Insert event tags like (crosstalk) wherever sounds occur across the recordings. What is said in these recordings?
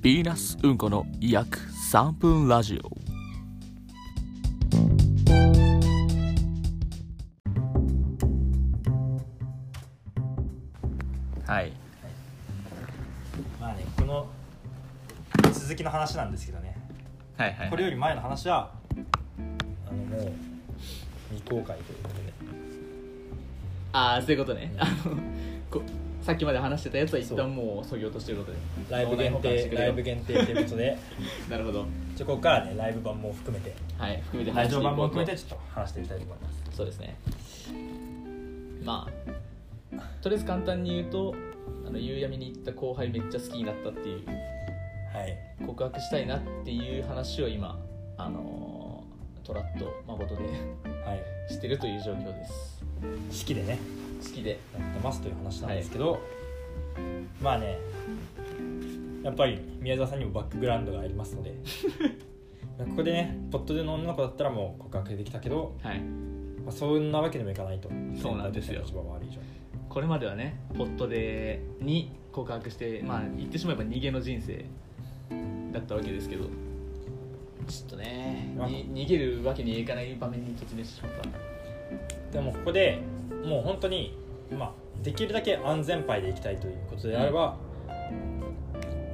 ヴィーナスうんこの約3分ラジオはいまあねこの続きの話なんですけどねはいはいこれより前の話はあのもう未公開ということでああそういうことねあのこさっきまで話してたやつは一そう旦もう削ぎ落としてることでライブ限定ライブ限定ということで (laughs) なるほどじゃあここからねライブ版も含めてはい含めてラ話しジていオこう版もと含めてちょっと話していきたいと思いますそうですねまあとりあえず簡単に言うとあの夕闇に行った後輩めっちゃ好きになったっていうはい告白したいなっていう話を今あのートラッと誠で (laughs) はいしてるという状況です式でね好きでやってますという話なんですけど、まあねやっぱり宮沢さんにもバックグラウンドがあります (laughs) のでここでねポットでの女の子だったらもう告白できたけどはいまあ、そんなわけにもいかないとそうなんですよ立場もある以上これまではねポットでに告白してまあ言ってしまえば逃げの人生だったわけですけどちょっとねまあに逃げるわけにいかない場面に突入してしまっでもここでもう本当にまあできるだけ安全牌でいきたいということであれば、ま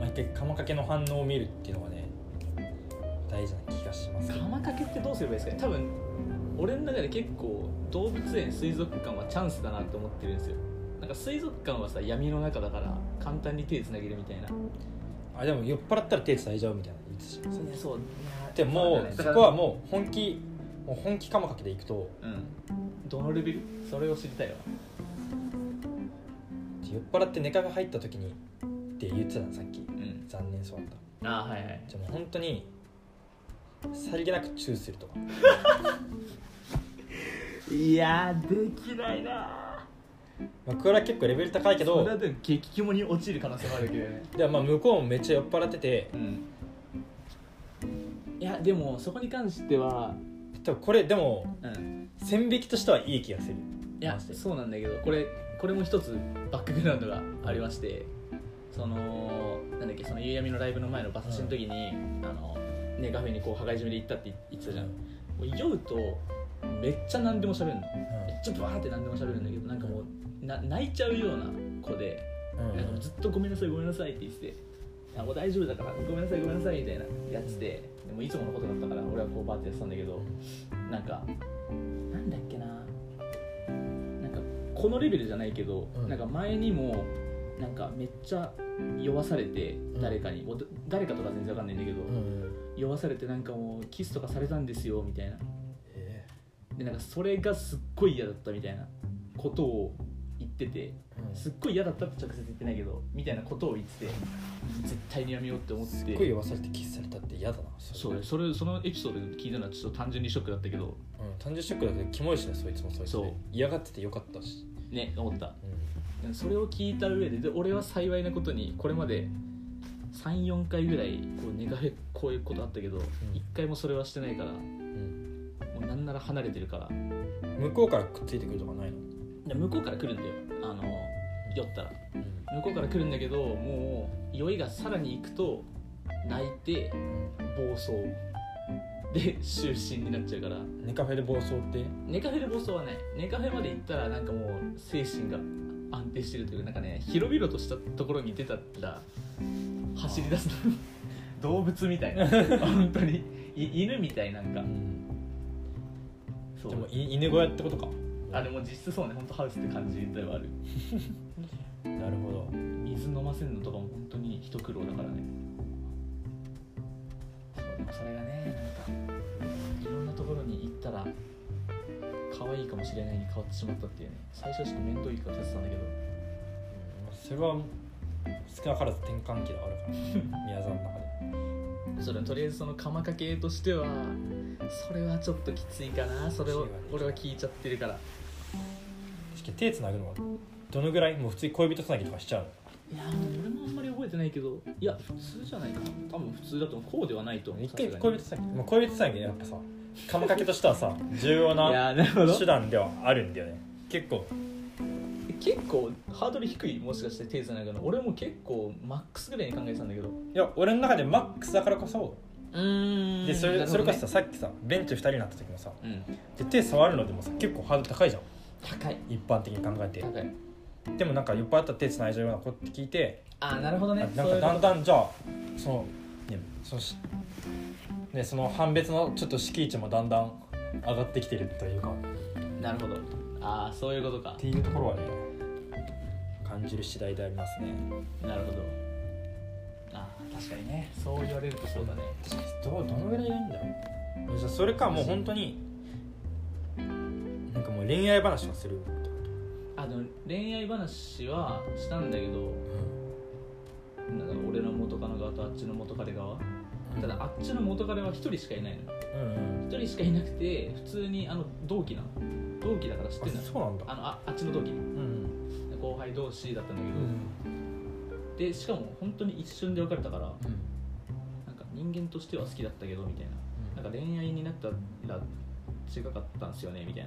あ、一回釜掛けの反応を見るっていうのがね大事な気がしますたね釜掛けってどうすればいいですかね多分俺の中で結構動物園水族館はチャンスだなって思ってるんですよなんか水族館はさ闇の中だから簡単に手つなげるみたいなあでも酔っ払ったら手伝いちゃうみたいな言ってしまうそうでもうそこはもう本気もう本気釜掛けでいくとうんどのレベルそれを知りたいわ酔っ払ってネカが入った時にって言ってたのさっきうん残念そうだったああはいはいじゃあもう本当にさりげなくチューするとかいやーできないなまあ、これは結構レベル高いけそどれだと激肝に陥る可能性もあるけどねでもまあ向こうもめっちゃ酔っ払っててうんいやでもそこに関しては多分これでもうん線引きとしてはいい気がするいやマジでそうなんだけどこれこれも一つバックグラウンドがありましてそのなんだっけその夕闇のライブの前のバスしの時に、あのねカフェにこう羽交い締めで行ったって言ってたじゃんもう酔うとめっちゃ何でも喋るのめっちゃバーって何でも喋るんだけどなんかもうな泣いちゃうような子でうんなんかもうずっとごめんなさいごめんなさいって言ってて「あもう大丈夫だからごめんなさいごめんなさい」みたいなやつででもいつものことだったから俺はこうバーってやってたんだけどなんかなんだっけななんかこのレベルじゃないけど、うんなんか前にもなんかめっちゃ酔わされてん誰かに、もうだ誰かとか全然わかんないんだけど、うん酔わされてなんかもうキスとかされたんですよみたいなえでなんかそれがすっごい嫌だったみたいなことを言っててえうんすすっごい嫌だったって直接言ってないけどみたいなことを言ってて絶対にやめようって思ってっごい酔わされてキスされたって嫌だなそれそうねそれそのエピソード聞いたのはちょっと単純にショックだったけどうん、単純ショックだけどキモいしねそいつもそいつでそう嫌がっててよかったし、ね思ったうそれを聞いた上でで俺は幸いなことにこれまで34回ぐらいこうネガフェこういうことあったけど、一1回もそれはしてないからもんうなんなら離れてるから向こうからくっついてくるとかないの、で向こうから来るんだよあの酔ったらうん向こうから来るんだけどもう酔いがさらに行くと泣いて暴走で就寝になっちゃうからネカフェで暴走って寝カフェで暴走はない寝カフェまで行ったらなんかもう精神が安定してるというかなんかね広々としたところに出たら走り出すの (laughs) 動物みたい (laughs) な本当にい犬みたいなんかそでもうい犬小屋ってことかあでも実質そうね本当ハウスって感じではあるなるほど水飲ませるのとかも本当に一苦労だからねそうでもそれがねなんかいろんなところに行ったら可愛いかもしれないに変わってしまったっていうね最初はちょっと面倒いから立ってたんだけどまあそれは少なからず転換期があるから宮沢の中でそれとりあえずその釜掛けとしてはそれはちょっときついかなそれを俺は聞いちゃってるから確かに手つなぐのはどのぐらいもう普通に恋人つなぎとかしちゃういや俺もあんまり覚えてないけどいや普通じゃないかな多分普通だと思うこうではないとの思う一回さすがに恋人つなぎ、まあ、恋人つなぎやっぱさ釜掛けとしてはさ重要いなやーなるほど手段ではあるんだよね結構結構ハードル低いもしかして手つなぐの俺も結構マックスぐらいに考えてたんだけどいや俺の中でマックスだからこそうんでそれ,、それこそささっきさベンチ2人になった時もさうんで手触るのでもさ結構ハードル高いじゃん高い一般的に考えて高いでもなんか酔っ払ったら手つないじゃうような子って聞いてあーなるほどねなそうんかいうだこんだんじゃあそのねそのしねその判別のちょっと敷地もだんだん上がってきてるというかっとなるほどああそういうことかていうところはね感じる次第でありますねなるほどあー確かにねそう言われるとそうだねどうどのぐらいがいいんだろうじゃあそれかもう本当になんかもう恋愛話をするあでも恋愛話はしたんだけどなんか俺の元カノ側とあっちの元彼側ただあっちの元彼は1人しかいないのうんうん1人しかいなくて普通にあの同期なの同期だから知ってるあのそうなんだあのああっちの同期うん後輩同士だったんだけうど、でしかも本当に一瞬で別れたからなんか人間としては好きだったけどみたいななんか恋愛になったら違かったんすよねみたい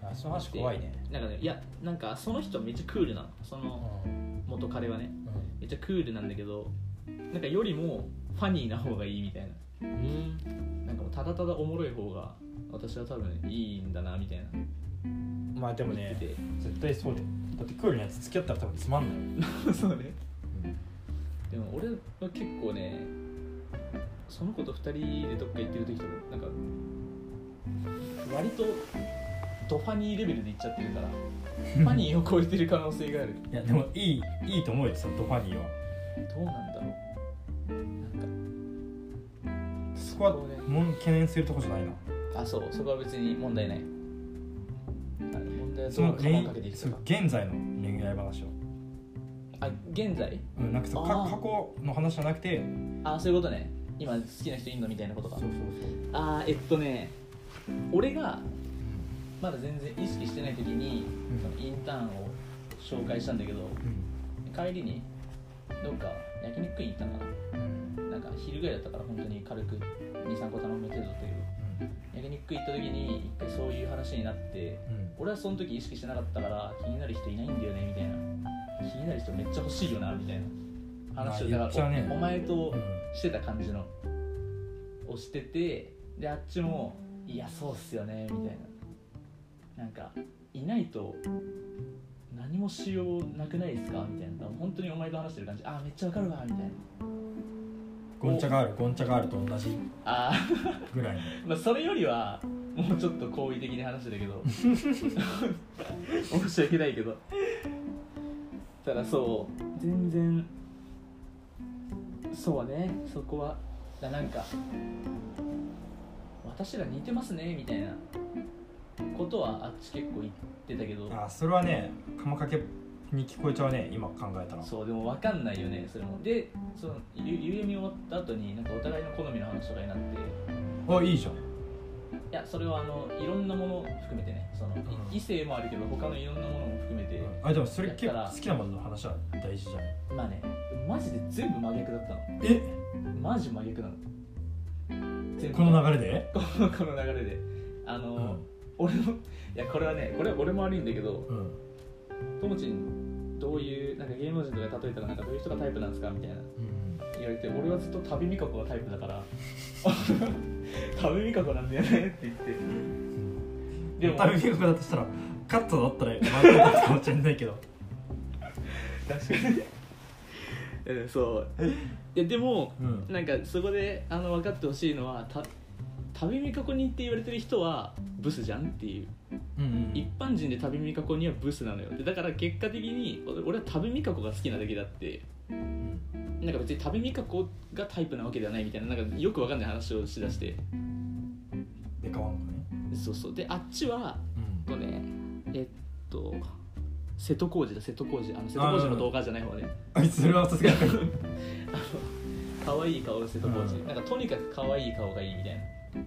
なあその話怖いねなんかねいやなんかその人はめっちゃクールなのそのうん元彼はねめっちゃクールなんだけどなんかよりもファニーな方がいいみたいなうんなんかもうただただおもろい方が私は多分いいんだなみたいなまあでも言ねってて、絶対そうだよだってクールなやつ付き合ったら多分つまんないよそうねでも俺は結構ねその子と2人でどっか行ってる時とかなんか割とドファニーレベルで行っちゃってるからファニーを超えてる可能性があるいやでもいいいいと思うよそのドファニーはどうなんだろうなんそこはそうねもう懸念するとこじゃないなかあそうそこは別に問題ないあの問題はそどのうカバ恋ンかけていくそかの現在の恋愛話をあ現在うんなんかさかあー過去の話じゃなくてあそういうことね今好きな人いんのみたいなことかそうそうあーえっとね俺がまだ全然意識してない時に、うんそのインターンを紹介したんだけど帰りにどっか焼肉食いに行ったんだそううんななんか昼ぐらいだったから本当に軽く23個頼む程度だったけど焼肉食い行った時に一回そういう話になってうん俺はその時意識してなかったから気になる人いないんだよねみたいな気になる人めっちゃ欲しいよなみたいな話をまあだ言っちゃかうらねおお前とうんしてた感じのをしててであっちも「いやそうっすよね」みたいななんかいないと何もしようなくないですかみたいな本当にお前と話してる感じ「あーめっちゃわかるわ」みたいなゴンチャガールゴンチャガールと同じあーぐらいのまあ、それよりはもうちょっと好意的な話だけど申し訳ないけどただそう全然そうねそこはだなんか私ら似てますねみたいなことはあっち結構言ってたけどあそれはね釜かけに聞こえちゃうね今考えたらそうでも分かんないよねそれもでそのゆゆうやみ終わった後になんかお互いの好みの話とかになってあいいじゃんいやそれはあのいろんなものを含めてねその、うん異性もあるけど他のいろんなものも含めて、あでもそれ結やった構ら好きなものの話は大事じゃないまあねマジで全部真逆だったえのマジ真逆なの全部この流れでこの (laughs) この流れであの、うん俺のいやこれはねこれは俺も悪いんだけどうんともちんどういうなんか芸能人とかで例えたらなんかどういう人がタイプなんですかみたいなうん言われて俺はずっと旅美香子がタイプだから (laughs) (laughs) 旅美香子なんだよねって言ってでも旅行だとしたらカットだったらまだかもしれないけど確か (laughs) にうんそういやでもうんなんかそこであの分かってほしいのはた旅見かこにって言われてる人はブスじゃんっていううん一般人で旅見かこにはブスなのよでだから結果的にお俺は旅見かこが好きなだけだってうんなんか別に旅見かこがタイプなわけではないみたいななんかよく分かんない話をしだしてでかわんのねそうそうであっちはうんえっとねえっと瀬戸康史だ瀬戸康史あの瀬戸康史の動画じゃない方ねあいつそれはさすが (laughs) に可愛い顔の瀬戸康史、うんなんかとにかく可愛い顔がいいみたいなう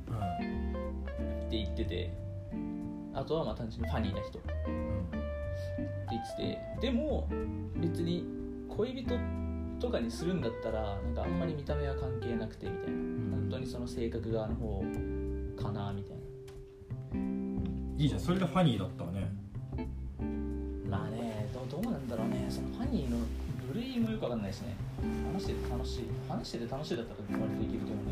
んって言っててあとはまあ単純にファニーな人ってうん言っててでも別に恋人とかにするんだったらなんかあんまり見た目は関係なくてみたいな、本当にその性格側の方かなみたいいいじゃんそれがファニーだったわねなまあねどどうなんだろうねそのファニーの部類もよくわかんないしね話してて楽しい話してて楽しいだったら割といけると思うんだ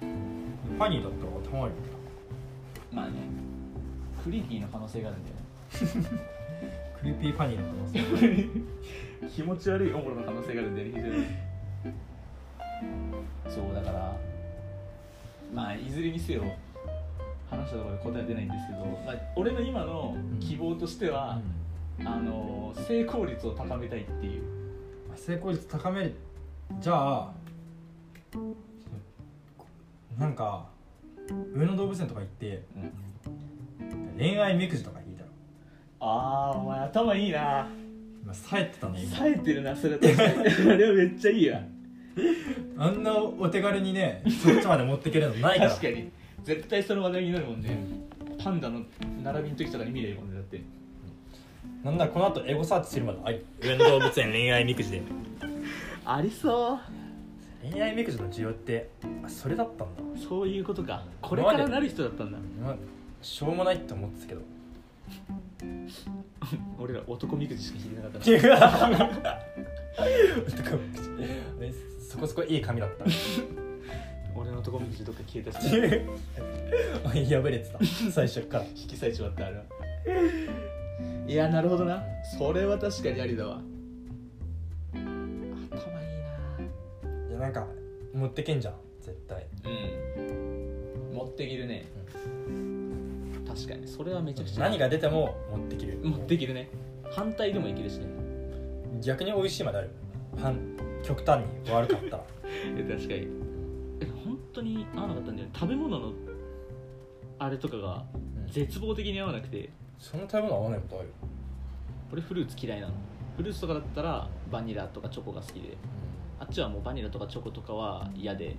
ファニーだったら頭悪いけどまあねクリーピーの可能性があるんだよねクリーピーファニーの可能性気持ち悪いおもろの可能性があるんだよね非 (laughs) 常にそうだからまあいずれにせよ話したところで答え出ないんですけど、まあ、俺の今の希望としては、あの成功率を高めたいっていう成功率高めるじゃあなんか上野動物園とか行って恋愛目くじとか引いたらあーお前頭いいな今冴えてたね今冴えてるなそれ確かに (laughs) あれはめっちゃいいわあんなお手軽にねそっちまで持ってけるのないから確かに絶対その話題になるもんね、パンダの並びの時とかに見れるもんねだってなんならこの後エゴサーチするまであい上野動物園恋愛みくじでありそう恋愛みくじの需要ってあそれだったんだそういうことかこれからなる人だったんだまあしょうもないって思ってた (laughs) けど (laughs) 俺ら男みくじしか引いてなかったな違うねそこそこいい髪だった俺の男みくじどっか消えたし破れてた最初から引き裂いちまったあれはいやなるほどなそれは確かにありだわ頭いいいやなんか持ってけんじゃん絶対なうん持ってきるね、確かにそれはめちゃくちゃ何が出ても持ってきる持ってきるね反対でもいけるしね逆に美味しいまであるはん極端に悪かっ (laughs) たら確かにえ本当に合わなかったんだよね食べ物のあれとかが絶望的に合わなくてその食べ物合わないことある、俺フルーツ嫌いなのフルーツとかだったらバニラとかチョコが好きであっちはもうバニラとかチョコとかは嫌で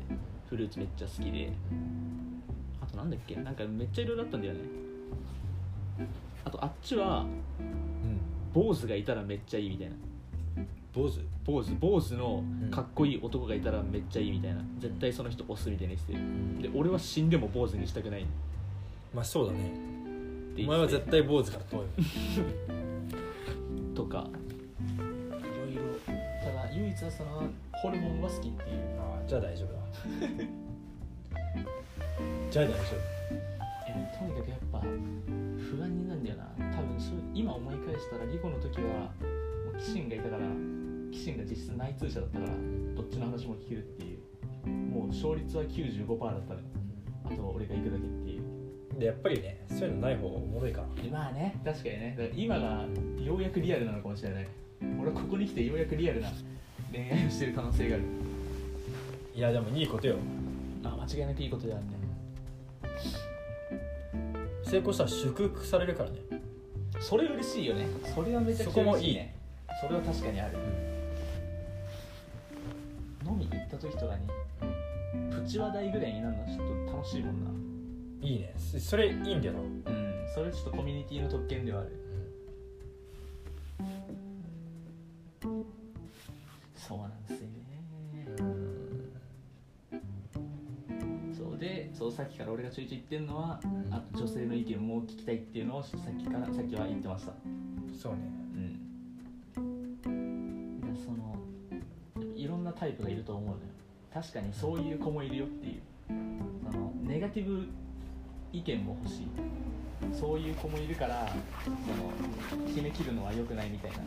フルーツめっちゃ好きであとなんだっけなんかめっちゃいろいろあったんだよねあとあっちはうん、坊主がいたらめっちゃいいみたいな坊主坊主坊主のかっこいい男がいたらめっちゃいいみたいな絶対その人押すみたいにしてるで俺は死んでも坊主にしたくないってまあそうだね言ってお前は絶対坊主から遠いとかいろいろただ唯一はそのホルモンは好きっていうああじゃあ大丈 (laughs) 夫だじゃあ大丈えとにかくやっぱ不安になるんだよな多分そう今思い返したらリコの時はもうキシンがいたからキシンが実質内通者だったからどっちの話も聞けるっていうもう勝率は95%だったのあとは俺が行くだけっていう夫でやっぱりねそういうのない方がおもろいからまあね確かにねだから今がようやくリアルなのかもしれない俺はここに来てようやくリアルな恋愛をしてる可能性があるいやでもいいことよあ間違いなくいいことだよね成功したら祝福されるからねそれ嬉しいよねそれはめちゃくちゃ嬉しいねそれは確かにある飲み行った時とかにプチ話題ぐらいになるのちょっと楽しいもんないいねそそれいいんだよなうんそれちょっとコミュニティの特権ではあるそうなんですよねそうでそうさっきから俺がちょいちょい言ってるのはんあと女性の意見も聞きたいっていうのをさっきからさっきは言ってましたそうねうんだからそのいろんなタイプがいると思うのよ確かにそういう子もいるよっていうそのネガティブ意見も欲しいそういう子もいるからその決めきるのは良くないみたいな、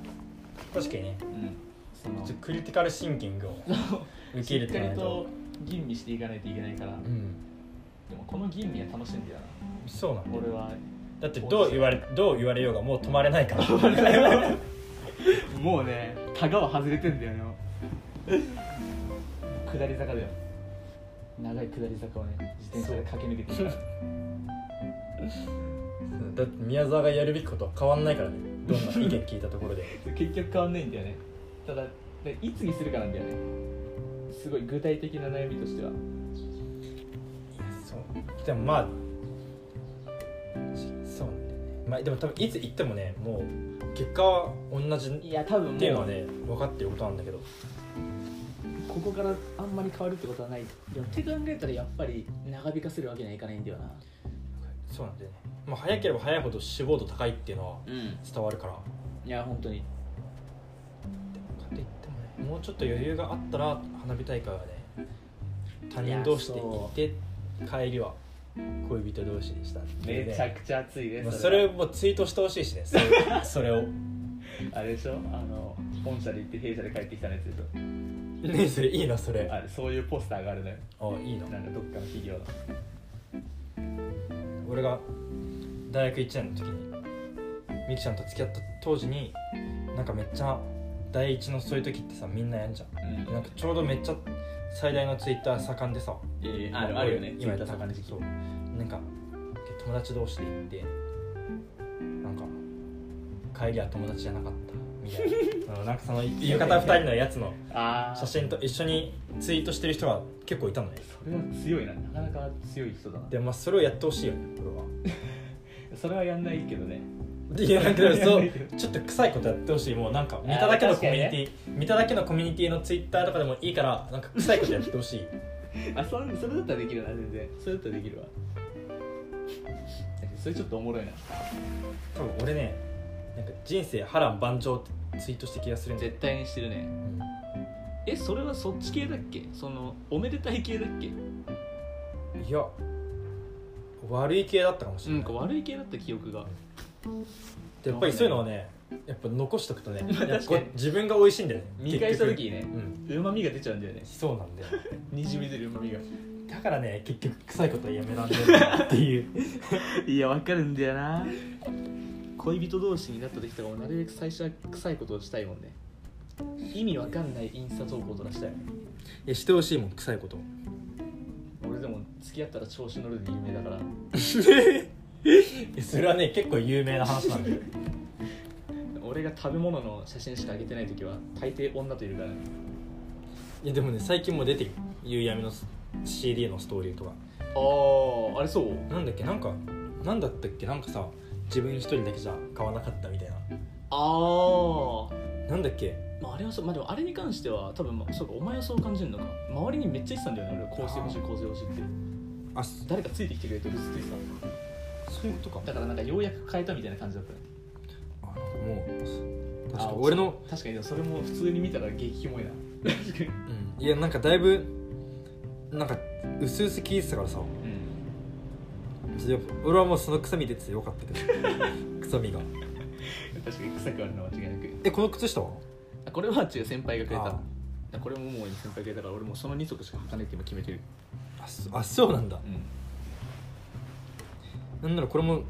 確かにねうん、そのちょっとクリティカルシンキングを受けし入れってかいかなりいとと吟味していかないといけないから、うでんもこの吟味は楽しいんだよそうなんなだよ俺はだってどう言われどう言われようがもう止まれないからもうねタガは外れてんだよね下り坂だよ長い下り坂をね自転車で駆け抜けていくからだって宮沢がやるべきことは変わんないからねどんな意見聞いたところで結局変わんないんだよねただでいつにするかなんだよねすごい具体的な悩みとしてはそうでもまあそうなんだよね、まあ、でも多分いつ行ってもねもう結果は同じっいや多分もていうのはうね分かってることなんだけどここからあんまり変わるってことはないでもって考えたらやっぱり長引かせるわけにはいかないんだよなそうなんだよね、まあ、早ければ早いほど志望度高いっていうのはうん伝わるからいや本当にかといってもねもうちょっと余裕があったら花火大会はね他人同士で行って帰りは恋人同士でしたっていうねめちゃくちゃ熱いもでうすそれをもうツイートしてほしいしねそれ (laughs) それをあれでしょあの本社で行って弊社で帰ってきたやつでしょねそれいいなそれあれそういうポスターがあるのよあいいななんかどっかの企業の俺が大学1年の時にみきちゃんと付き合った当時になんかめっちゃ第一のそういう時ってさみんなやんじゃんうんなんかちょうどめっちゃ最大のツイッター盛んでさえーあるあるよね今今言言っったた盛んな時期そうなんか友達同士で行ってなんか帰りは友達じゃなかったみたい (laughs) なあのなんかその浴衣2人のやつのああ写真と一緒にツイートしてる人が結構いたのねそれは強いななかなか強い人だなでまあそれをやってほしいよね俺それはやんないけどねはいやなんかでもそうちょっと臭いことやってほしいもうなんか見ただけのコミュニティ、見ただけのコミュニティのツイッターとかでもいいからなんか臭いことやってほしいあそれそれだったらできるな全然それだったらできるわ (laughs) それちょっとおもろいな多分俺ねなんか人生波乱万丈ってツイートして気がするんだよ絶対にしてるねえそれはそっち系だっけそのおめでたい系だっけうんいや悪い系だったかもしれなない、んか悪い系だった記憶がでやっぱりそういうのはねやっぱ残しとくとね (laughs) 確かにやっぱこう自分が美味しいんだよね見返した時に結ね局うんうまみが出ちゃうんだよねそうなんだよにじみ出るうまみがだからね結局臭いことはやめらんねえなっていういやわかるんだよな恋人同士になった時とかもなるべく最初は臭いことをしたいもんね意味わかんないインスタ投稿とかしたいもんいやしてほしいもん臭い (laughs) こと俺でも付き合ったら調子乗るで有名だからそれはね結構有名な話なんだよ俺が食べ物の写真しか上げてない時は大抵女といるからねいやでもね最近も出てる夕闇の CD のストーリーとかあああれそうなんだっけなんかなんだったっけなんかさ自分一人だけじゃ買わなかったみたいなああなんだっけまああれはそうまあでもあれに関しては多分まあそうかお前はそう感じるのか周りにめっちゃ言ってたんだよね俺はこうしてほしいこうしてほしいってあそ誰かついてきてくれて俺ずっと言ってたのそういうことかだからなんかようやく変えたみたいな感じだったねあなんかもう確あか俺の確かにでもそれも普通に見たら激キモいな確かにうんいやなんかだいぶなんか薄々聞いてたからさうんやっぱ俺はもうその臭み出ててよかったけど (laughs) 臭みが確かに臭くあるのは間違いなくえこの靴下はあこれは違う先輩がくれあたこれももう先輩がくれたから俺もうその2足しか履かないって今決めてるあそあそうなんだうんなんならこれも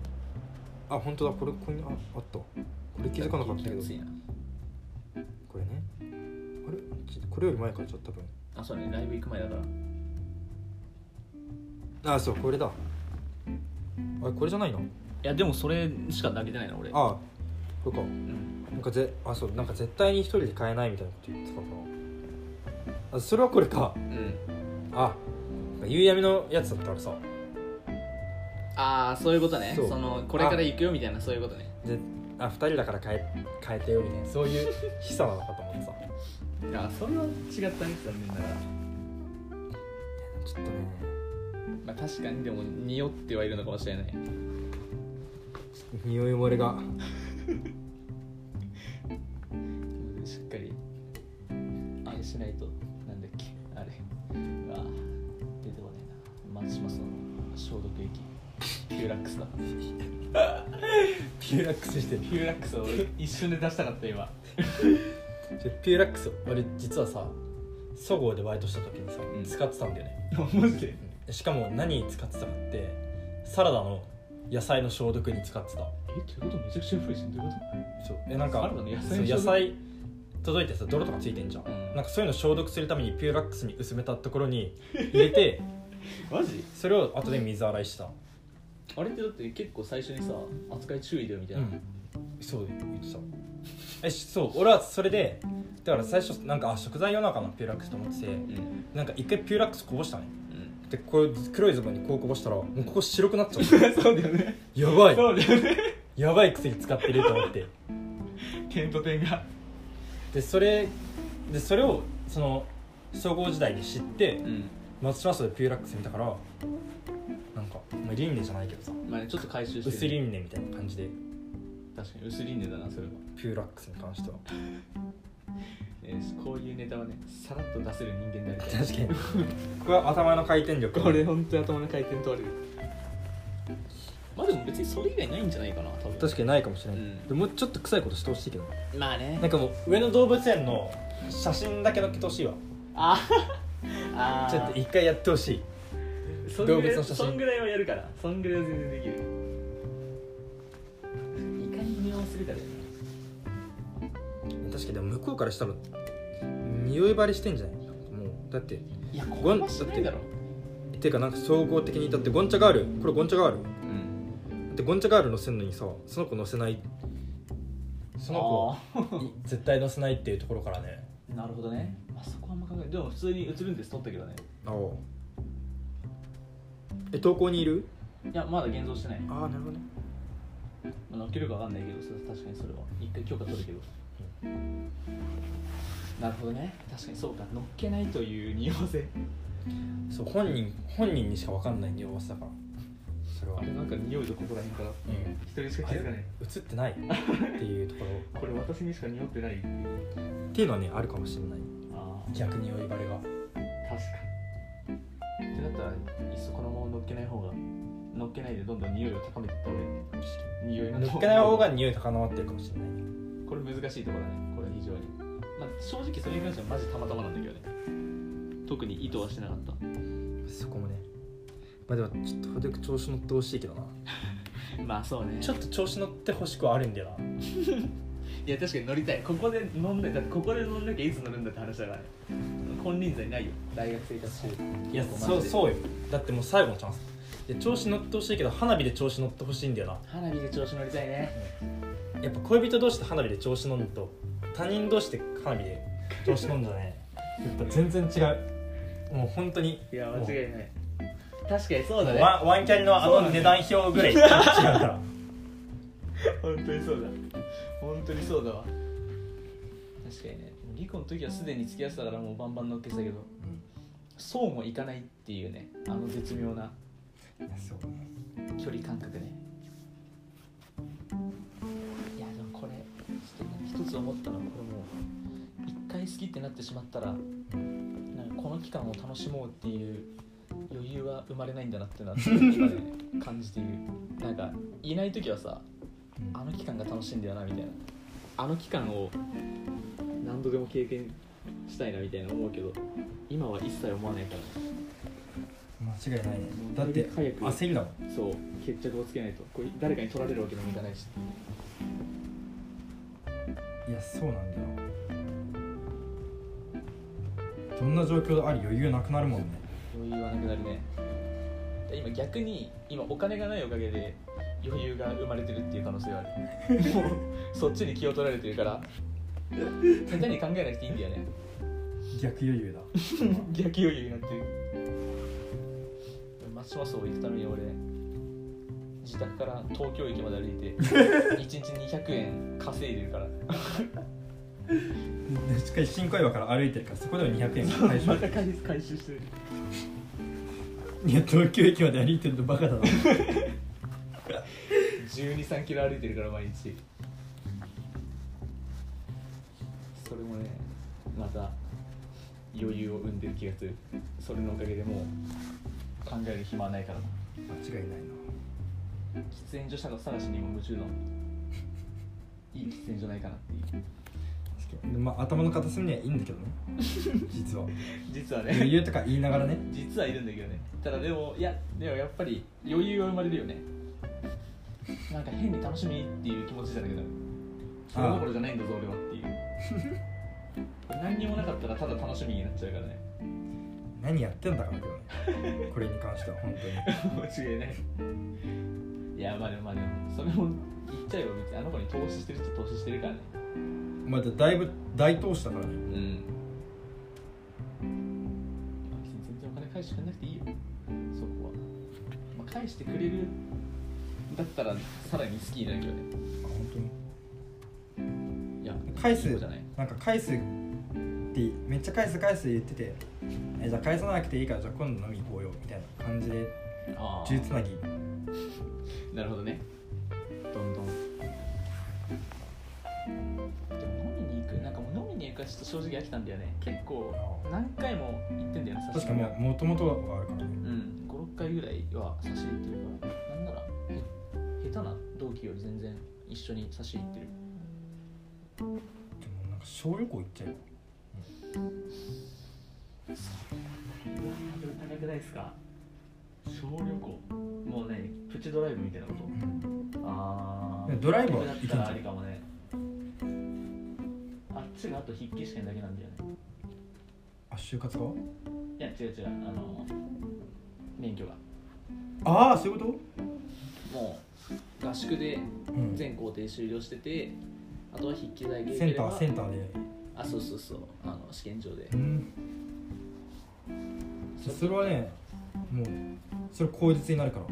あ本当だこれここにああったこれ気づかなかったけど気持ちいいなこれねあれちこれより前からちょっと多分あそうねライブ行く前だからあそうこれだあれこれじゃないのいやでもそれしか投げてないな俺あこれかうんなんかぜあそうなんか絶対に一人で買えないみたいなこと言ってたかなあそれはこれかうんあ夕闇のやつだったからさああそういうことねそうそのこれから行くよみたいなそういうことねであ二人だから変え変えてよみたいなそういう悲惨なのかと思ってさあそれは違ったね残念ながらちょっとねまあ確かにでも匂ってはいるのかもしれない匂い漏れがしっかりあれしないとなんだっけあれあー出てこねえな松島さんの消毒液ピューラックスだピューラックスしてるピューラックスを俺一瞬で出したかった今ピューラックス俺実はさそごうでバイトした時にさ、うん使ってたんだよねマジでしかも何に使ってたかってサラダの野菜の消毒に使ってたえということめちゃくちゃ古いしどういうこそうえなんかサラダの野菜のそう消毒野菜届いてさ泥とかついてんじゃん、うんなんかそういうの消毒するためにピューラックスに薄めたところ (laughs) に入れてとマジそれを後で水洗いしたあれってだって結構最初にさ扱い注意だよみたいな、そう言ってたえしそう俺はそれでだから最初なんかあ食材用なのかなピューラックスと思っててうんうんなんか一回ピューラックスこぼしたねでこう黒いズボンにこうこぼしたらもうここ白くなっちゃうそうだよね (laughs) やばいそうだよね (laughs) やばい薬使ってると思って点と点がでそれでそれをその総合時代に知ってうん松島市でピューラックス見たからなんか、まあ、輪廻じゃないけどさまあねちょっと回収して薄る輪廻みたいな感じで確かに薄いネタだなそれは、ピューラックスに関してはえーこういうネタはねさらっと出せる人間でありたい確かにここは頭の回転 (laughs) 力これ本当に頭の回転問われるまあでも別にそれ以外ないんじゃないかな多分確かにないかもしれない、うんでもちょっと臭いことしてほしいけどまあねなんかもう上野動物園の写真だけ載っけてほしいわあ (laughs) あちょっと一回やってほしいそん動ぐ物らのい写真そんぐらいはやるからそんぐらいは全然できるいかに匂わすぎたらや確かにでも向こうからしたら匂いバレしてんじゃないもうだってないやこんなしないだろていうかなんか総合的にだってゴンチャガールこれゴンチャガールだうんってゴンチャガール乗せんのにさその子乗せないその子い絶対乗せないっていうところからねあー (laughs) なるほどね、まあ、そこはあんま考えないでも普通にうつるんです撮ったけどねああえ投稿にいるいやまだ現像してない、まああなるほどねあ、乗っけるかわかんないけどそれ確かにそれは一回許可取るけどなるほどね確かにそうか乗っけないという匂わせそう本人本人にしか分かんない匂わせだからそれはあれなんか匂いとここら辺からうん一人しか気づかない映ってないっていうところこれ私にしか匂ってないっていうのはねあるかもしれないあ逆に酔いバレがあ確かにってなったらいっそこのまま乗っけない方が乗っけないでどんどん匂いを高めていった方がいいね匂いの抜けない方が匂い高まってるかもしれないこれ難しいところだねこれ非常にまあ正直それに関してはマジたまたまなんだけどね特に意図はしてなかったそこもねまあでもちょっと程よく調子乗ってほしいけどなまあそうねちょっと調子乗ってほしくはあるんだよいや確かに乗りたいここで飲んでだってここで飲んなきゃいつ乗るんだって話だからね金輪際ないよ大学生活中ないやここマジそうでそうよだってもう最後のチャンスいや調子乗ってほしいけど花火で調子乗ってほしいんだよ花火で調子乗りたいねなやっぱ恋人同士で花火で調子乗るのと他人同士で花火で調子乗るんじゃねやっぱ全然違うもう本当にいや間違いない確かにそうだねワンワンキャリのあの値段表ぐらい違うから本当にそうだ本当にそうだわ確かにねリコの時はすでに付き合ってたからもうバンバン乗っけてたけど、そうもいかないっていうねあの絶妙なそうね距離感覚ねいやでもこれちょっとね一つ思ったのはこれもう一回好きってなってしまったらなんかこの期間を楽しもうっていう余裕は生まれないんだなってなって今ね感じているなんかいない時はさあの期間が楽しいんだよなみたいなあの期間を何度でも経験したいなみたいな思うけど今は一切思わないから間違いないねだだっってて焦りだもんそう決着をつけないとこれ誰かに取られるわけにもいかないしいやそうなんだよどんな状況であり余裕なくなるもんね余裕はなくなるね今逆に今お金がないおかげで余裕が生まれてるっていう可能性はあるもうそっちに気を取られてるから下手に考えなくていいんだよね逆余裕だ逆余裕になってる松島荘行くために俺自宅から東京駅まで歩いて1日200円稼いでるからしっかり新小岩から歩いてるからそこでは200円がまた回回収してるいや東京駅まで歩いてるのバカだな1 2 3キロ歩いてるから毎日それもねまた余裕を生んでる気がするそれのおかげでもう考える暇はないから間違いない喫煙所探探しにも夢中のいい喫煙所ないかなっていうなまあ頭の片隅にはいいんだけどね実は実は余ね裕とか言いながらね実はいるんだけどねただでもいやでもやっぱり余裕は生まれるよねなんか変に楽しみっていう気持ちじゃなくなるそれどころじゃないんだぞ俺はっていう (laughs) これ何にもなかったらただ楽しみになっちゃうからね何やってんだからけどねこれに関しては本当に間違いないいやまあでもまあでもそれも言っちゃえば別にあの子に投資してる人投資してるからねまだだいぶ大投資だからねうんまあ別に全然お金返してくれなくていいよそこは、まあ、返してくれるだったらさらに好きになるけどねあ本当にいや返すそうじゃないなんか返すってめっちゃ返す返す言っててえじゃあ返さなくていいからじゃあ今度飲み行こうよみたいな感じでああ銃つなぎなるほどねどんどんかちょっと正直飽きたんだよね結構あ何回も行ってんだよね確かにもともとはあるからねうん56回ぐらいは差し入ってるからなんならへ下手な同期より全然一緒に差し入ってるでもなんか小旅行行っちゃうよ高くないですか小旅行もうねプチドライブみたいなことあドライブは行くんじゃんありかもねあっちがあと筆記試験だけなんだよねあ就活かいや違う違うあの免許がああそういうこもう合宿でと、うん、セ全工程終了しててあとは筆記代ンターセンターであそうそうそうあの試験場でうんそれはねもうそれ口実になるから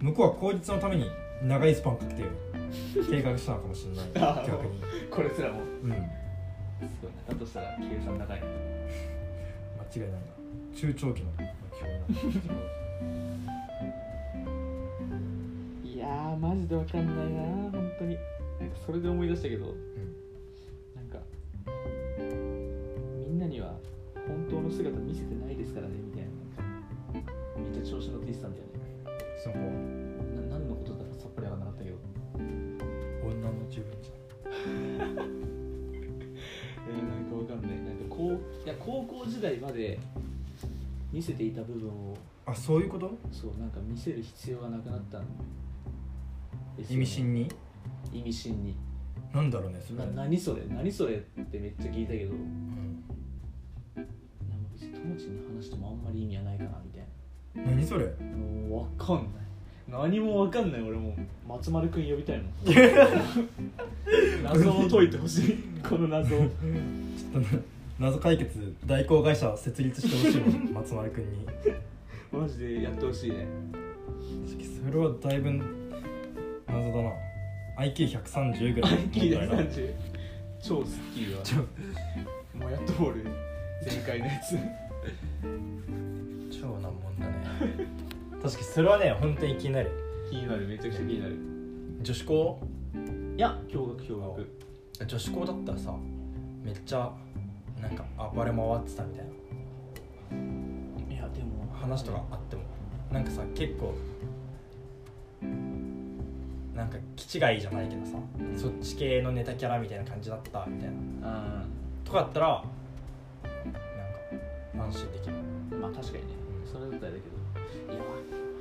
向こうは口実のために長いスパンかけて計画したのかもしれ (laughs) ない逆にこれすらもうん間違すごいなだとしたら計算高いいないな中長期の目標になるいやーマジでわかんないなー本当になんかそれで思い出したけどうんなんかみんなには本当の姿見せてないですからねみたいなめっちゃ調子乗って言ってたんだよそのねな何のことだかさっぱりわからなかったけど女の自分じえー、なんかわかんないなんかこういや高校時代まで見せていた部分をゃんあそういうことそうなんか見せる必要がなくなったんです意よね味深に意味深になんだろうねそれなはね何それ何それってめっちゃ聞いたけどうんなんか別に友達に話してもあんまり意味はないかなみたい何それなもう分かんない何も分かんない俺もう松丸君呼びた (laughs) いもん謎を解いてほしいこの謎をちょっとな (laughs) 謎解決代行会社設立してほしいもん松丸君にマジでやってほしいねそれはだいぶ謎だな IQ130 ぐらいのキ問ー題だだな30超スッキリはちょもうやっとボール前回のやつ超難問だね確かにそれはね本当に気になる気になるめちゃくちゃ気になる女子校いや驚愕驚愕女子校だったらさめっちゃなんか暴れ回ってたみたいいやでもな話とかあってもなんかさ結構なんか気違いじゃないけどさそっち系のネタキャラみたいな感じだったみたいなあとかだったらなんか安心できるーまあ確かにねそれだったらだけどいや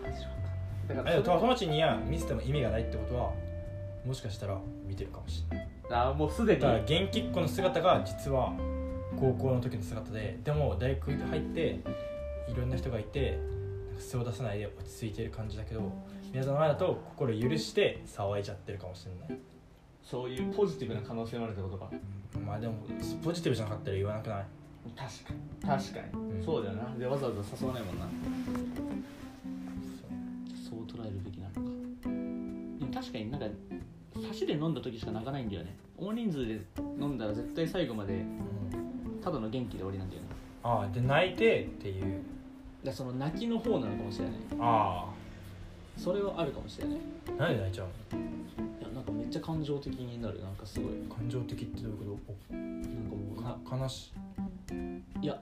マジわかんないだあでもそれ友達には見せても意味がないってことはもしかしたら見てるかもしれないあーもうすでだにから元気っ子の姿が実は高校の時の姿ででも大学入っていろんな人がいてなんか素を出さないで落ち着いてる感じだけど皆さんの前だと心許して騒いじゃってるかもしれないそういうポジティブな可能性もあるってことかまあでもポジティブじゃなかったら言わなくない確かに確かに、うんそうだよなでわざわざ誘わないもんなそう捉えるべきなのかでも確かになんか差しで飲んだ時しか泣かないんだよね大人数で飲んだら絶対最後までうんただの元気で終わりなんだよねああで泣いてっていうだからその泣きの方なのかもしれないあそれはあるかもしれないいあなんで泣いちゃうやなんかめっちゃ感情的になるなんかすごいの感情的ってどういうこなんかもうなとか悲しいいや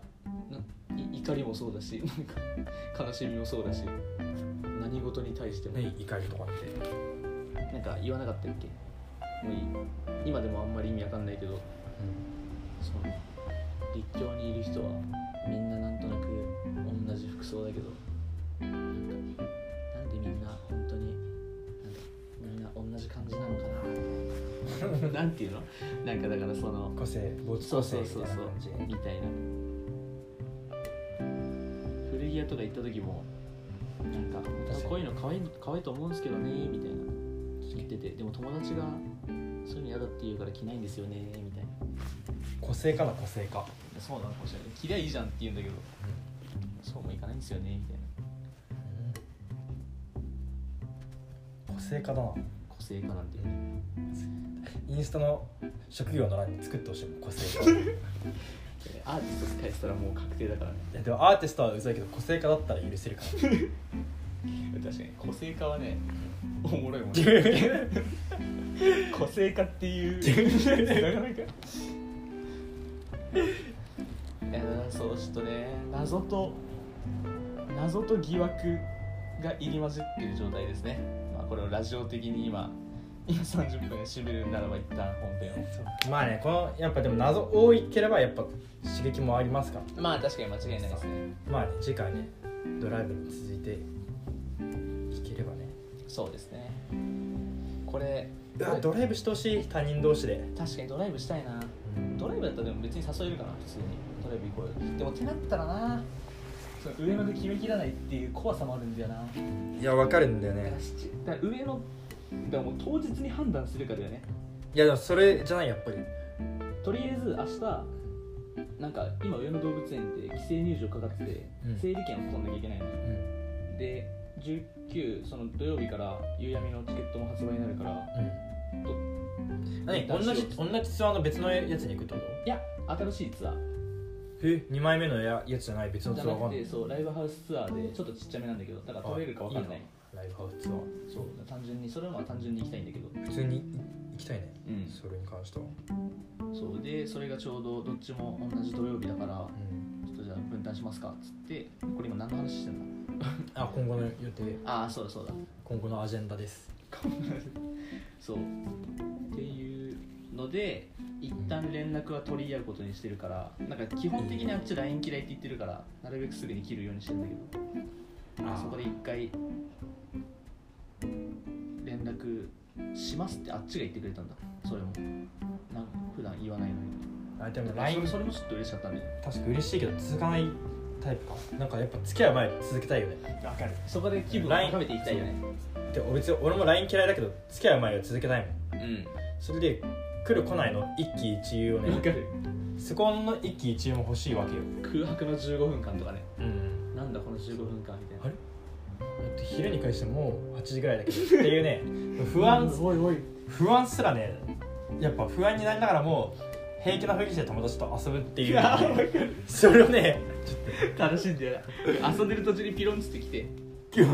ない怒りもそうだしなんか悲しみもそうだし何事に対しても、ね怒りとかってなんか言わなかったっけもういい今でもあんまり意味わかんないけどその立教にいる人はみんななんとなく同じ服装だけどなんかなんでみんな本当になんかみんな同じ感じなのかなみたいな (laughs) なんていうのなんかだからその個性没そ個うそ性うみたそいうなそう感じみたいな古着屋とか行った時もなんか確かにこういうの可愛い可愛いと思うんですけどねみたいな言っててでも友達がそういうの嫌だって言うから着ないんですよねみたいな個性かな個性かそうなのかもしれない着りゃいいじゃんって言うんだけどそうもいかないんですよねみたいな個性化だな個性化なんてインスタの職業の欄に作ってほしいもん個性 (laughs) 化アーティストって返したらもう確定だからねいやでもアーティストはうざいけど個性化だったら許せるか確かに個性化はねおもろいもんら (laughs) 個性化っていう繋がないかいやそうちょっとね謎と謎と疑惑が入り混じってる状態ですね、まあ、これをラジオ的に今今30分締めるならば一旦本編をまあねこのやっぱでも謎多いければやっぱ刺激もありますからまあ確かに間違いないですねまあね次回ねドライブに続いていければねそうですねこれうわドライブしてほしい他人同士で、確かにドライブしたいなうんドライブだったらでも別に誘えるかな普通にドライブ行こうよでもってなったらなその上野で決めきらないっていう怖さもあるんだよないやわかるんだよだからねしだから上野だからもう当日に判断するかだよねいやでもそれじゃないやっぱりとりあえず明日なんか今上野動物園で規制入場かかってて、うん整理券を取んなきゃいけないのうんで19その土曜日から夕闇のチケットも発売になるから何同じ同じツアーの別のやつに行くってこいや新しいツアーとえ2枚目のややつじゃない別のじツゃアなーがあくるてそうライブハウスツアーでちょっとちっちゃめなんだけどだから取れるかわかんないライブハウスツアーそう単純にそれはまあ単純に行きたいんだけど普通に行きたいねうんそれに関してはそうでそれがちょうどどっちも同じ土曜日だからうんちょっとじゃあ分担しますかっつってこれ今何の話してんだあ今後の予定ああそうだそうだ今後のアジェンダですそうっていうので一旦連絡は取り合うことにしてるからなんか基本的にあっち LINE 嫌いって言ってるからなるべくすぐに切るようにしてんだけどあーそこで一回連絡しますってあっちが言ってくれたんだそれもなん普段言わないのにあでもだからそ LINE れそれもちょっと嬉しかったんだよ確か嬉しいけど続かないタイプかなんかやっぱ付き合う前に続けたいよねわかるそこで気分を高めていきたいよねで別に俺も LINE 嫌いだけど付き合う前は続けたいもんうそれで来る来ないの一喜一憂をんわかねるそこの一喜一憂も欲しいわけよ空白の15分間とかねうんなんだこの15分間みたいなあれだって昼に返してもう8時ぐらいだけどってい (laughs) うね不安おいおい不安すらねやっぱ不安になりながらも平気なふりして友達と遊ぶっていう、それをね (laughs) 楽しんで遊んでる途中にピロンつってきて今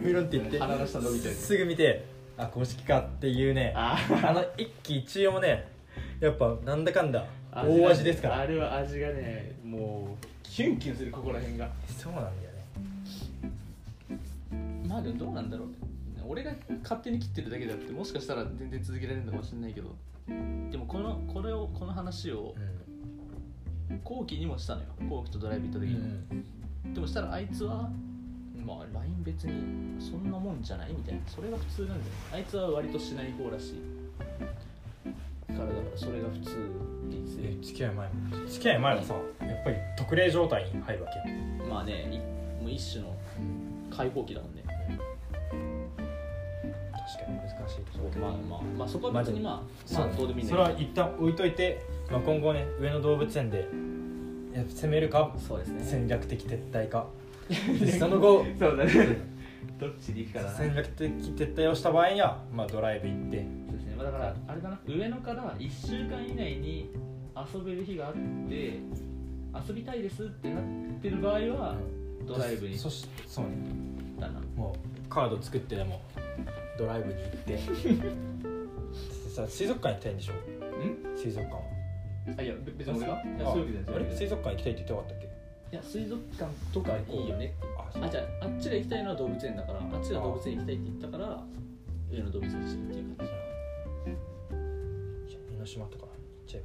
日見ろって言って鼻の下伸びてるすぐ見てあ公式かっていうねああの一喜一憂もねやっぱなんだかんだが大味ですからあれは味がねもうキュンキュンするここら辺がそうなんだよねまあでもどうなんだろう俺が勝手に切ってるだけだってもしかしたら全然続けられるのかもしれないけどでもこのこれをこの話を後期にもしたのよ後期とドライブ行ったう時に、んでもしたらあいつはまあ LINE 別にそんなもんじゃないみたいなそれが普通なんだよあいつは割としない方らしいからだからそれが普通ですでね付き合い前も付き合い前はさやっぱり特例状態に入るわけよまあねいもう一種の解放期だもんね確かに難しいとこまあまあまあそこは別にまあまあどうでもいいんそだれはけ一旦置いといて、まあ、今後ね上野動物園でやっぱ攻めるかどそうですね戦略的撤 (laughs) 退かその後そうだね (laughs) どっちに行くかだなそう戦略的撤退をした場合には、まあ、ドライブ行ってですね、まあ、だからあれだな上野から1週間以内に遊べる日があって遊びたいですってなってる場合はドライブにそしそうねだなもうカード作ってでもドライブに行って (laughs) さ水族館行きたいんでしょん水族館はあいやべ別に俺がいやあそういうわけじゃないそういうあわれけじ水族館行きたいって言ってなかったっけゃないいや水族館とかいいよねってああじゃああっちが行きたいのは動物園だからあっちが動物園行きたいって言ったから上野動物園にしてっていう感じゃあ江ノ島とか行っちゃえ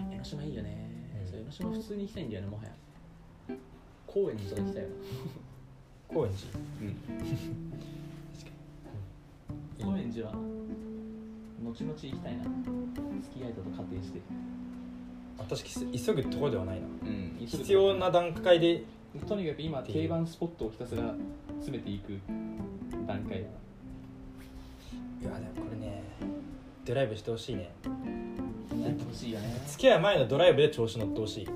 ばいじいや江ノ島いいよね、うんそう江ノ島普通に行きたいんだよねもはや高円寺とか行きたいわ高円寺高円寺は後々行きたいな付き合いだと仮定してあ確かに急ぐところではないなうん必要な段階でとにかく今定番スポットをひたすら詰めていく段階いやでもこれねドライブしてほしいねやってほしい (laughs) よね付き合う前のドライブで調子乗ってほしい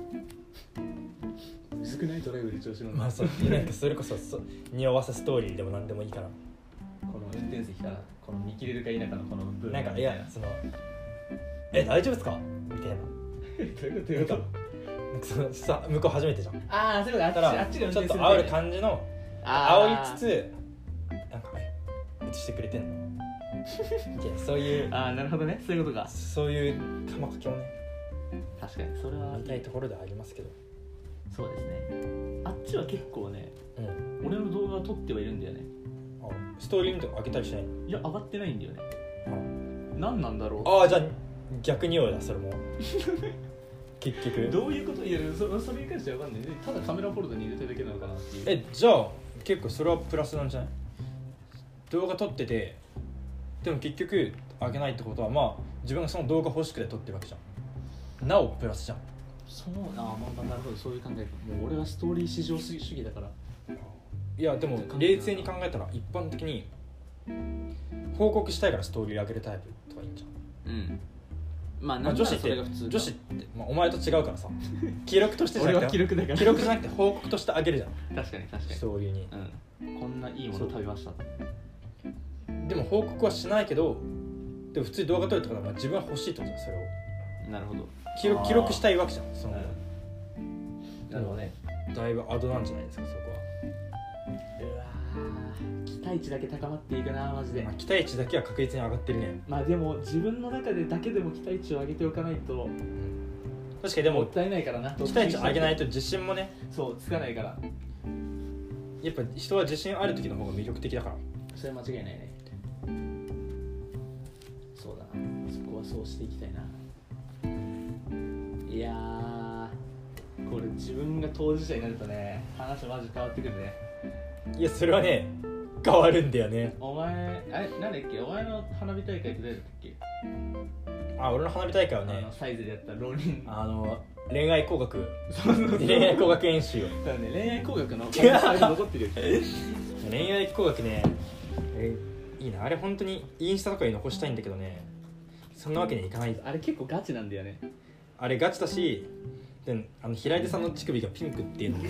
薄くないドライブで調子乗るま (laughs) あそうなんかそれこそそ匂わせストーリーでも何でもいいからこの運転席からこの見切れるか否かのこの部分なんかいやその「え大丈夫ですか?」みたいなどういうことなんかそのさ向こう初めてじゃんああそういうことだかあらっちちが運ょっ転すとる煽る感じの煽りつつなんかえ映してくれてんのみたいなそういうあーあーなるほどねそういうことかそういう玉掛けをね確かにそれは言いたいところではありますけど、そうですねあっちは結構ねうん、俺の動画は撮ってはいるんだよねあストーリー見とか開けたりしないいや上がってないんだよね何なんだろうああじゃあ逆にようだ (laughs) それも結局どういうこといやそれそれに関しては分かんないただカメラフォルダに入れただけなのかなっていうえじゃあ結構それはプラスなんじゃない動画撮っててでも結局開けないってことはまあ自分がその動画欲しくて撮ってるわけじゃんなおプラスじゃんそうああまあまあなるほどそういう考えかもう俺はストーリー至上主義だからいやでも冷静に考えたら一般的に報告したいからストーリー上げるタイプとかいいんじゃんうんまあまなあ、んな女ら子っそてれが普通女子って、まあ、お前と違 (laughs) うからさ記録としてじゃ俺なはく記て録だから記録じゃなくて報告としてあげるじゃん確かに確かストーリーににうんこんないいもの食べましたでも報告はしないけどでも普通に動画撮るってことはまあ自分は欲しいってことじゃんそれをなるほど記あ録ー記録したいわけじゃんその、なるほどねだいぶアドなんじゃないですかそこうわー期待値だけ高まっていくなマジは、まあ、期待値だけは確実に上がってるね、まあでも自分の中でだけでも期待値を上げておかないと確かにでももったいないからな期待値上げないいと自信もねそうつかないからやっぱ人は自信ある時の方が魅力的だからそれは間違いないねそうだなそこはそうしていきたいないやーこれ自分が当事者になるとね話マジ変わってくるねいやそれはね変わるんだよねお前あれなんだっけお前の花火大会って誰だったっけ、あ俺の花火大会はあねのサイズでやった浪 (laughs) 人あの恋愛工学そうそうそう (laughs) 恋愛工学演習をだからね恋愛工学の可能性が残ってるよ恋愛工学ねえいいなあれ本当にインスタとかに残したいんだけどねそんなわけにいかないあれ結構ガチなんだよねあれガチだしであの平出さんの乳首がピンクっていうのも (laughs) ね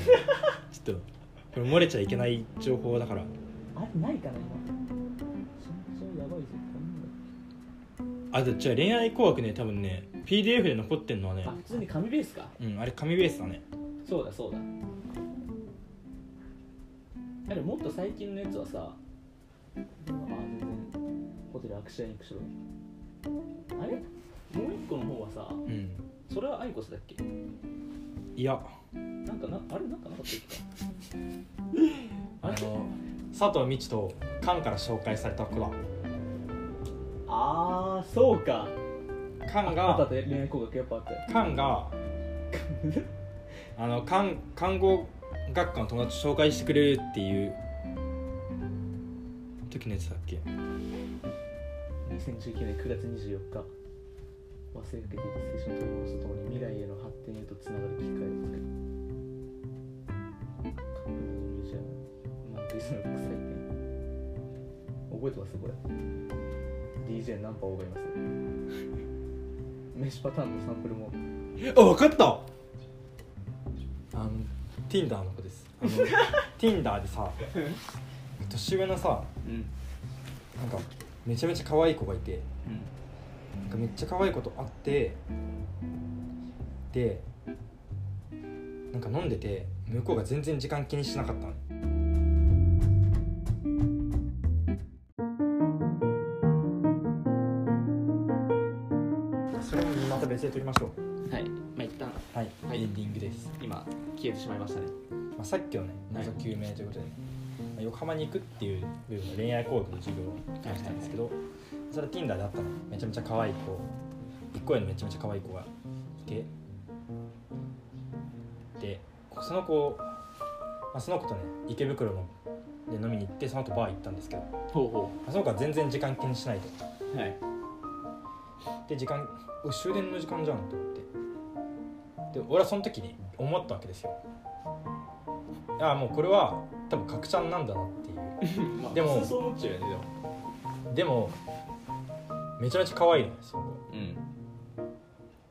ちょっとこれ漏れちゃいけない情報だからあれないかな今身長やばいぜあでじゃあ恋愛工学ね多分ね PDF で残ってんのはねあ普通に紙ベースかうんあれ紙ベースだねそうだそうだあれもっと最近のやつはさあ全然ホテルアクシアに行くしろあれもう一個の方はさうんそれはアイコスだっけいやなんかなあれなんかなかったっけあの佐藤美智とカンから紹介された子だああそうかカンああったあっがた恋愛工学やっぱあったよカンがあの看看護学科の友達紹介してくれるっていう時のやつだっけ2019年9月24日忘れかけていた青春の取り戻すとともに未来への発展へとつながる機会を作るカンヌミュージアムマンクリスの国際展覚えてますこれ DJ ナンパ王がいます (laughs) 飯パターンのサンプルもあ分かったあの Tinder の子ですあの Tinder でさ年上のさうんなんかめちゃめちゃ可愛い子がいてなんかめっちゃ可愛い子と会ってでなんか飲んでて向こうが全然時間気にしなかったのそれもまた別で撮りましょうはいまあ一旦はい、はいエンディングです、今消えてしまいましたねまあ、さっきのね謎究明ということでね、まあ横浜に行くっていう部分の恋愛工学の授業を出したんですけど、それは Tinder であったのめちゃめちゃ可愛い子一個上のめちゃめちゃ可愛い子がいてでその子、まあ、その子とね池袋ので飲みに行ってその後バー行ったんですけど、まほうほあ、その子は全然時間気にしないとうはいで時間お終電の時間じゃんと思ってで俺はその時に思ったわけですよああもうこれは多分角ちゃんなんだなっていうまあでも普通そう思っちゃうよねでもでもめちゃめちゃ可愛いのよそのうん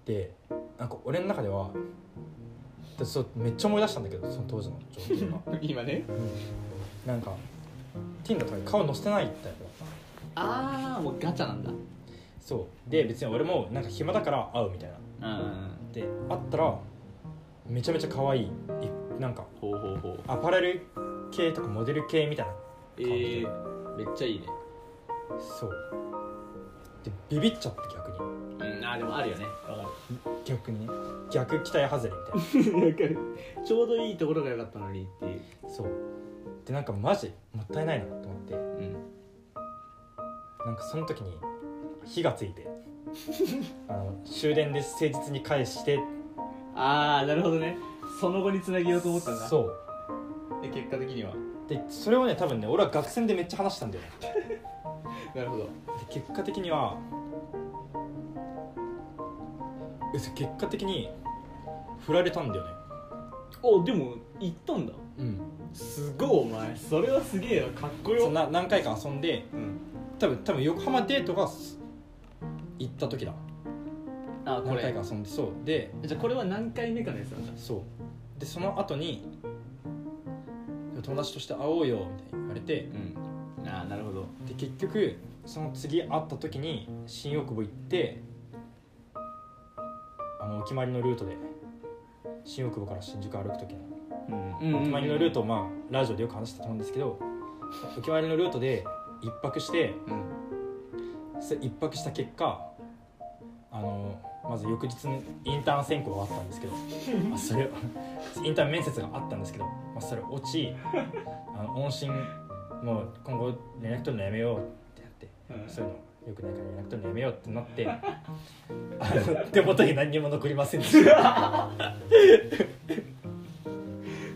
子でなんか俺の中ではでそうめっちゃ思い出したんだけどその当時の状 (laughs) 況が今ねなんか Tinder とかに顔載せてないタイプだったああもうガチャなんだそうで別に俺もなんか暇だから会うみたいなうんで会ったらめちゃめちゃ可愛いいなんかほうほうほうアパレル系とかモデル系みたいなえじでー、めっちゃいいねそうでビビっちゃって逆にうんあーでもあるよねわか逆にね逆期待外れみたいかる (laughs) ちょうどいいところが良かったのにっていうなそうでなんかマジもったいないなと思ってうんなんかその時に火がつい (laughs) てあの終電で誠実に返してああなるほどねその後につなげようと思ったんだそうで結果的にはでそれをね多分ね俺は学生でめっちゃ話したんだよねなるほどで結果的にはえ結果的に振られたんだよねおでも行ったんだうんすごいお前それはすげえよかっこそよんな何回か遊んでうん多分多分横浜デートがす行った時だあこ何れ回か遊んでそうでじゃあこれは何回目かのやつなんだそうでその後に友達として会おうよみたいに言われてうんああなるほどで結局その次会った時に新大久保行ってあのお決まりのルートで新大久保から新宿歩く時のうんうんお決まりのルートをまあラジオでよく話したと思うんですけどお決まりのルートで一泊してうんそ一泊した結果あのまず翌日にインターン選考があったんですけどまあそれをインターン面接があったんですけど、まあ、それ落ちあの音信もう今後連絡取るのやめようってやって。そういうのよくないから連絡取るのやめようってなってあの手元に何にも残りませんでした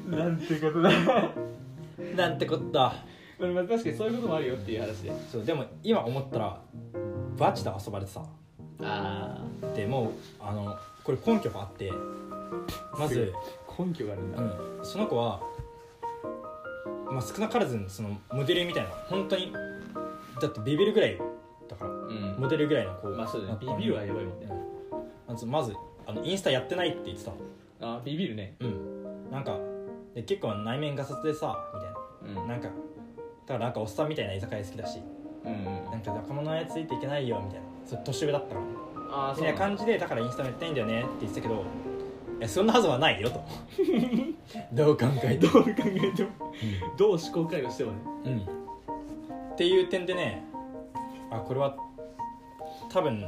なんてことだなんてこったまあ確かにそういうこともあるよっていう話でそうでも今思ったらバチで遊ばれてたあでもうあのこれ根拠があってまず、あ根拠があるんだうん、その子は、まあ、少なからずそのモデルみたいな本当にだってビビるぐらいだからうんモデルぐらいの子まあそうだだねったビのにビるはやばいもんねまずまずあのインスタやってないって言ってたのあービビるねうんなんかで結構内面がさつでさみたいなうんなんかだからなんかおっさんみたいな居酒屋好きだしうんなんか若者についていけないよみたいなそれ年上だったからねああみたいな感じでだからインスタもやってないんだよねって言ってたけどいやそんなはずはな (laughs) いよとどう考えてどもう考えてもどう思考回路してもねうんっていう点でねあこれは多分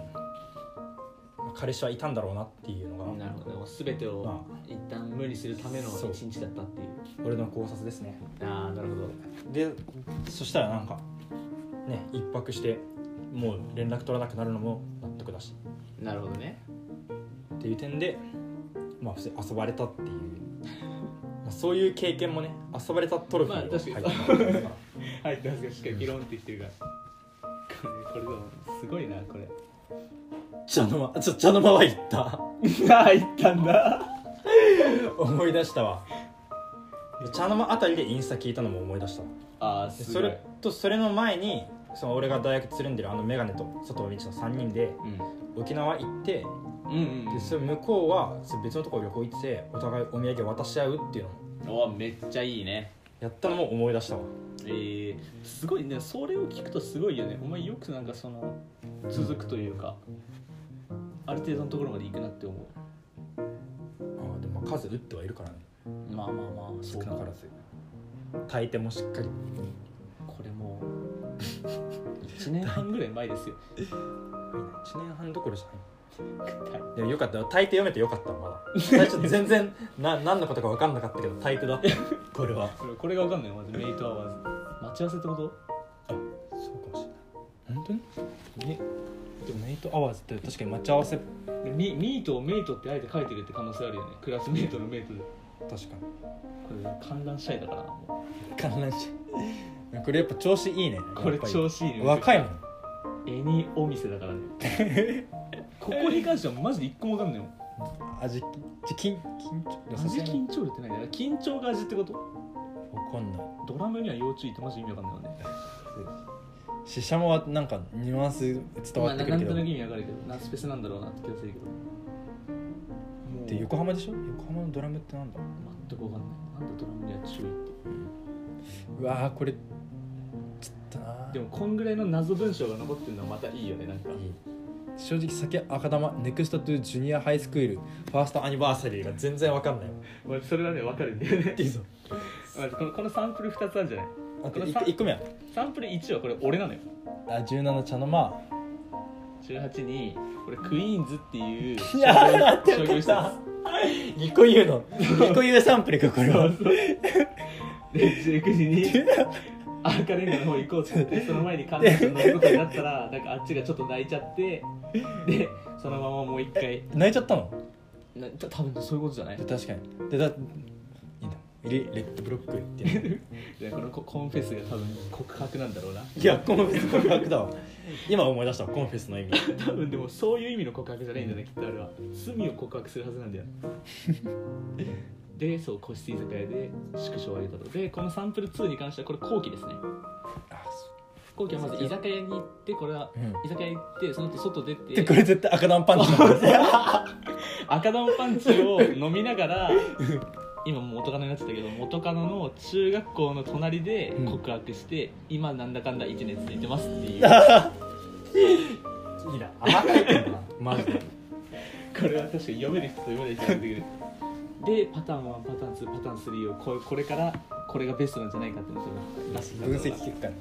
彼氏はいたんだろうなっていうのがなるほどもう全てをま一旦無にするためのそう一日だったっていう俺の考察ですねああなるほどでそしたらなんかね一泊してもう連絡取らなくなるのも納得だしなるほどねっていう点で、まあ、普通に遊ばれたっていう、まあ、そういう経験もね遊ばれたトロフィーまあを確かに入ってますからはい確かにしっかりピロンってきてるからこれこれでもすごいなこれ茶の間ちょ茶の間は行った (laughs) ああいったんだ思い出したわ茶の間あたりでインスタ聞いたのも思い出したああですそごいれとそれの前にその俺が大学つるんでるあのメガネと佐藤道の3人で沖縄行ってうんうんうんでそれ向こうはそれ別のところ旅行行っててお互いお土産渡し合うっていうのをおめっちゃいいねやったのも思い出したわえー、すごいねそれを聞くとすごいよねお前よくなんかその続くというかある程度のところまで行くなって思あーでもまあ数打ってはいるからねうまあまあまあ少そうなかからず炊いてもしっかりこれもう1 (laughs) 年半ぐらい前ですよ (laughs) 1年半どころじゃないでもよかったよ大抵読めてよかったまだ最初全然 (laughs) な何のことか分かんなかったけど大抵だった (laughs) これはこれこれが分かんないよまずメイトアワーズ待ち合わせってことそうかもしれない本当にねでもネイトアワーズって確かに待ち合わせミミートをメイトってあえて書いてるって可能性あるよねクラスメイトのメイトでこ確かれ観覧したいだからなもに観覧車 (laughs) これやっぱ調子いいねうこれ調子子いいね若いもん絵にお店だからね (laughs) ここに関してはマジで一個も分かんないよ味き緊緊張味緊張力ってないんだよ緊張が味ってことわかんないドラムには要注意ってマジ意味わかんないよねシシャモはなんかニュアンス伝わってくるけど、まあなんとなく意味わかるけどなスペースなんだろうなって気がするけどもうで全横浜でしょ横浜のドラムってなんだくわかんないなんだドラムには注意ってうわーこれちょっとなーでもこんぐらいの謎文章が残ってるのはまたいいよねなんか正直酒赤玉ネクストトゥジュニアハイスクールファーストアニバーサリーが全然わかんないまあそれはねわかるんだよねいいぞまあこのこのサンプル2つあるんじゃないあとこれ 1, さ個目はサンプル1はこれ俺なのよあ17茶の間18にこれクイーンズっていう商 (laughs) いやー待って商待業っ施て設ニコユーのニコユーサンプルかこれはで19時にアーカレンガの方行こうって言ってその前に観覧車乗ることになったらなんかあっちがちょっと泣いちゃってでそのままもう一回泣いちゃったのなた多分そういうことじゃない確かにでだいいなレレッドブロックっていうで (laughs) のこのココンフェスが多分告白なんだろうないやコンフェス告白だわ今思い出したコンフェスの意味多分でもそういう意味の告白じゃないんだねきっとあれは罪を告白するはずなんだよでそう個室居酒屋で縮小を挙げたとでこのサンプル2に関してはこれ後期ですね後期はまず居酒屋に行ってこれはうん居酒屋行ってその後外出てでこれ絶対赤ダンパンチ (laughs) なんだ赤ダンパンチを飲みなが (laughs) ら今もう元カノになってたけど元カノの中学校の隣で告白して、今なんだかんだ1年続いてますって (laughs) いういいな甘かいてんなマジでこれは確かに読める人と読めない人が出てくるでパターン1パターン2パターン3をこれこれからこれがベストなんじゃないかっていうのを分析結果ね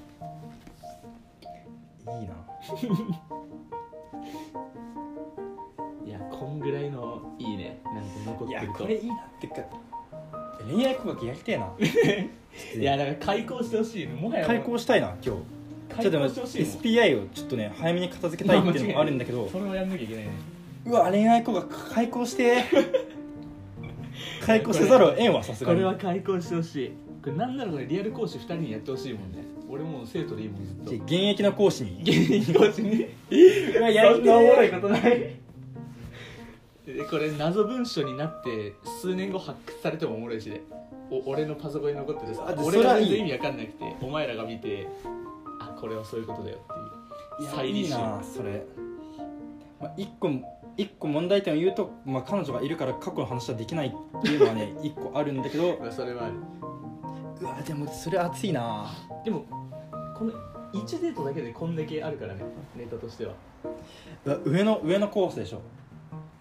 いいないやこんぐらいのいいねなんか残っいてやるとこれいいなってか恋愛告白やりてえないやだから開講してほしいねもはや開講したいな今日ちょっ開と講待してっほしていもん SPI をちょっとね早めに片付けたいっていうのもあるんだけどそれはやんなきゃいけないねうわ恋愛告白開講して (laughs) 開講せざるをえんわさすこがにれは開講してほしいこれなんならこれリアル講師2人にやってほしいもんね俺もう生徒でいいもんずっとじゃあ現役の講師に現役講師にうわそんなおもろいここととないでこれ謎文書になって数年後発掘されてもおもろいしねお俺のパソコンに残っててさあで俺がそれはいい全然意味わかんなくてお前らが見てあこれはそういうことだよっていう再い利い集なそれ、 (laughs) まあ、一個一個問題点を言うと、まあ、彼女がいるから過去の話はできないっていうのは (laughs) ね一個あるんだけどまあそれはあるうわでもそれ熱いなでもこの1デートだけでこんだけあるからねネタとしてはうわ上の上のコースでしょ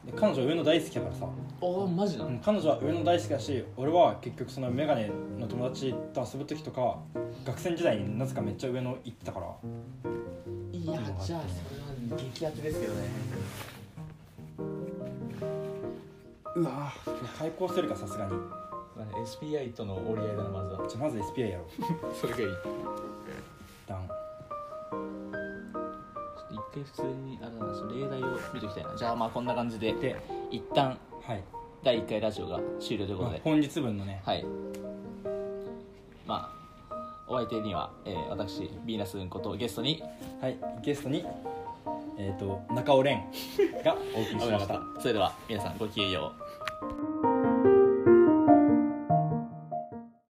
で彼女は上の大好きだからさおおマジなうん彼女は上の大好きだし俺は結局そのメガネの友達と遊ぶ時とか学生時代になぜかめっちゃ上の行ってたからいやじゃあそれは激アツですけどねうわ開校するかさすがに SPI との折り合いだなまずはじゃあまず SPI やろうそれがいいちょっ一旦と一回普通にあれだなその例題を見ておきたいなじゃあまあこんな感じでで一旦はい、第1回ラジオが終了というこまとあで、本日分のねはいまあお相手には、えー私ヴィーナスうんことゲストにはいゲストにえっ、と中尾蓮がお送りしましたそれでは皆さんごきげんよう